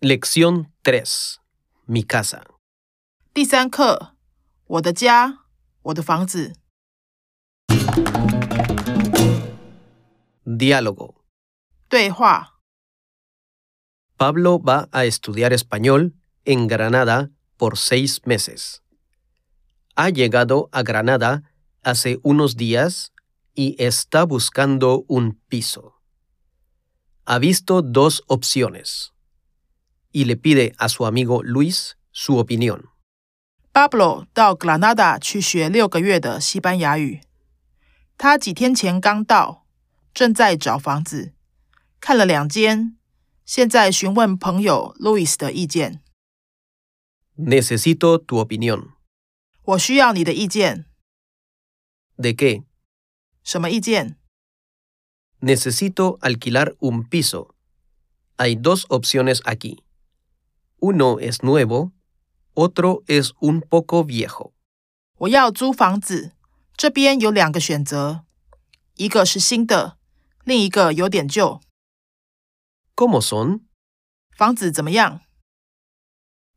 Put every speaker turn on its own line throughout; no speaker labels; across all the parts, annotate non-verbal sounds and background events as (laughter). Lección 3. Mi casa.
第三课，我的家，我的房子。
Diálogo.
对话：
Pablo va a estudiar español en Granada por seis meses. Ha llegado a Granada hace unos días y está buscando un piso. Ha visto dos opciones y le pide a su amigo Luis su opinión.
Pablo 到 Granada 去学六个月的西班牙语。他几天前刚到，正在找房子，看了两间，现在询问朋友 Louis 的意见。
Necesito tu opinión.
我需要你的意见，
¿De qué?
什么意见？
Necesito alquilar un piso. Hay dos opciones aquí. Uno es nuevo, otro es un poco viejo.
我要租房子，这边有两个选择，一个是新的，另一个有点旧。
¿Cómo son?
房子怎么样？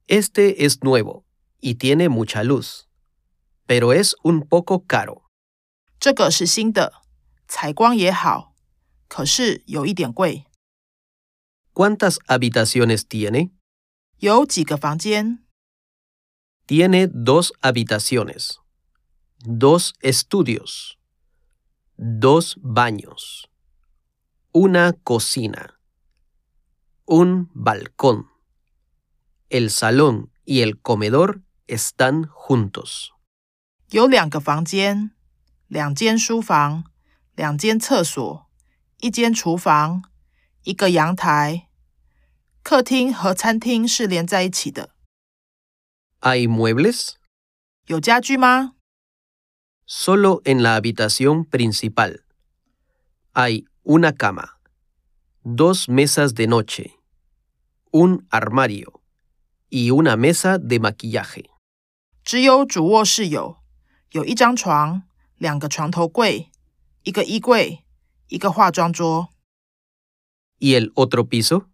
Este es nuevo y tiene mucha luz, pero es un poco caro.
这个是新的，采光也好，可是有一点贵。
¿Cuántas habitaciones tiene?
有几个房间？
Tiene dos habitaciones, dos estudios, dos baños, una cocina, un balcón. El salón y el comedor están juntos.
有两个房间，两间书房，两间厕所，一间厨房，一个阳台。客厅和餐厅是连在一起的。
¿Hay muebles?
有家具吗？
Solo en la habitación principal. Hay una cama, dos mesas de noche, un armario y una mesa de maquillaje.
只有主卧室有，有一张床，两个床头柜，一个衣柜，一个化妆桌。
¿Y el otro piso?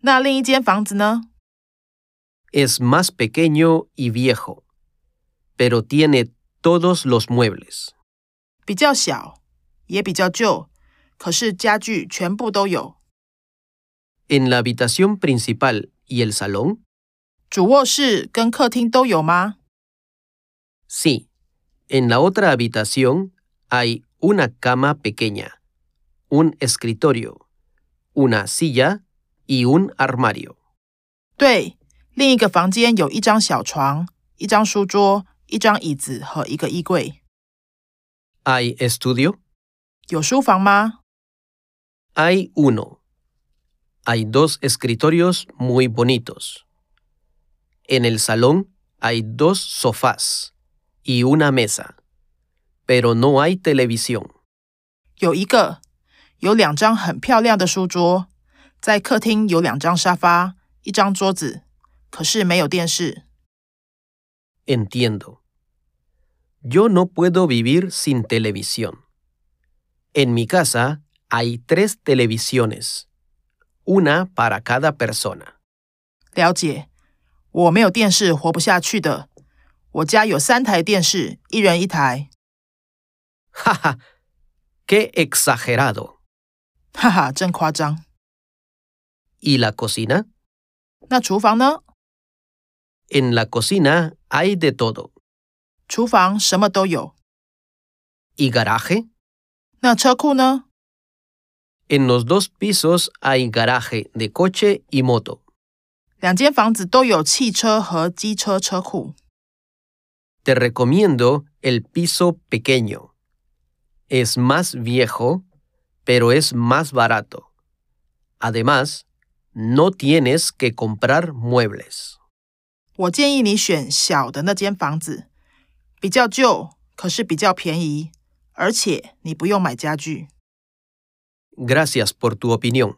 那另一间房子呢？
Es más pequeño y viejo, pero tiene todos los muebles.
比较小，也比较旧，可是家具全部都有。
En la habitación principal y el salón,
主卧室跟客厅都有吗？
Sí. En la otra habitación hay una cama pequeña, un escritorio, una silla y un armario.
对，另一个房间有一张小床、一张书桌、一张椅子和一个衣柜。
¿Hay estudio?
有书房吗？
Hay uno. Hay dos escritorios muy bonitos. En el salón hay dos sofás y una mesa, pero no hay televisión.
有一个，有两张很漂亮的书桌，在客厅有两张沙发、一张桌子，可是没有电视。
Entiendo. Yo no puedo vivir sin televisión. En mi casa hay tres televisiones, una para cada persona. (laughs)
了解，我没有电视活不下去的。我家有三台电视，一人一台。
¡Jaja! ¡Qué exagerado!
哈哈，真夸张。
¿Y la cocina?
那厨房呢？
En la cocina hay de todo.
厨房什么都有。
¿Y garaje?
那车库呢？
En los dos pisos hay garaje de coche y moto.
两间房子都有汽车和机车车库。
Te recomiendo el piso pequeño. Es más viejo, pero es más barato. Además, no tienes que comprar muebles.
我建议你选小的那间房子，比较旧，可是比较便宜，而且你不用买家具。
Gracias por tu opinión.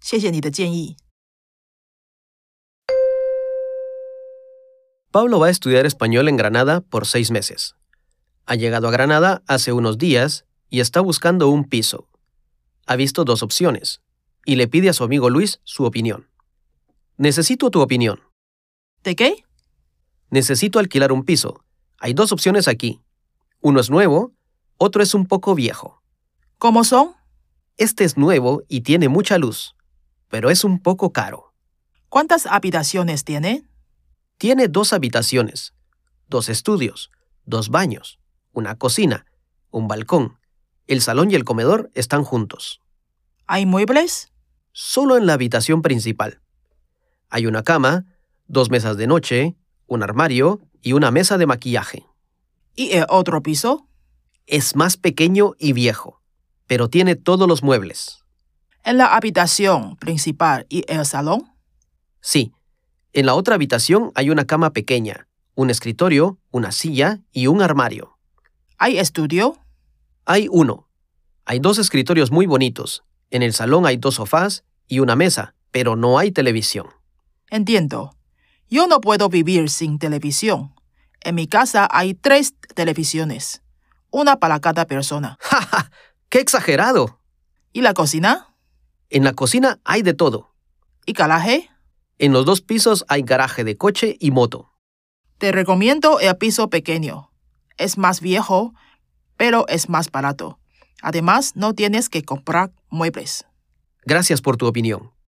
谢谢你的建议。
Pablo va a estudiar español en Granada por seis meses. Ha llegado a Granada hace unos días y está buscando un piso. Ha visto dos opciones y le pide a su amigo Luis su opinión. Necesito tu opinión.
¿De qué?
Necesito alquilar un piso. Hay dos opciones aquí. Uno es nuevo, otro es un poco viejo.
¿Cómo son?
Este es nuevo y tiene mucha luz, pero es un poco caro.
¿Cuántas habitaciones tiene?
Tiene dos habitaciones, dos estudios, dos baños, una cocina, un balcón. El salón y el comedor están juntos.
¿Hay muebles?
Solo en la habitación principal. Hay una cama, dos mesas de noche, un armario y una mesa de maquillaje.
¿Y el otro piso?
Es más pequeño y viejo, pero tiene todos los muebles.
¿En la habitación principal y el salón?
Sí, en la otra habitación hay una cama pequeña, un escritorio, una silla y un armario.
¿Hay estudio?
Hay uno. Hay dos escritorios muy bonitos. En el salón hay dos sofás y una mesa, pero no hay televisión. (laughs)
Entiendo. Yo no puedo vivir sin televisión. En mi casa hay tres televisiones, una para cada persona.
¡Ja, ja! ¡Qué exagerado!
¿Y la cocina?
En la cocina hay de todo.
¿Y garaje?
En los dos pisos hay garaje de coche y moto.
Te recomiendo el piso pequeño. Es más viejo, pero es más barato. Además, no tienes que comprar muebles.
Gracias por tu opinión.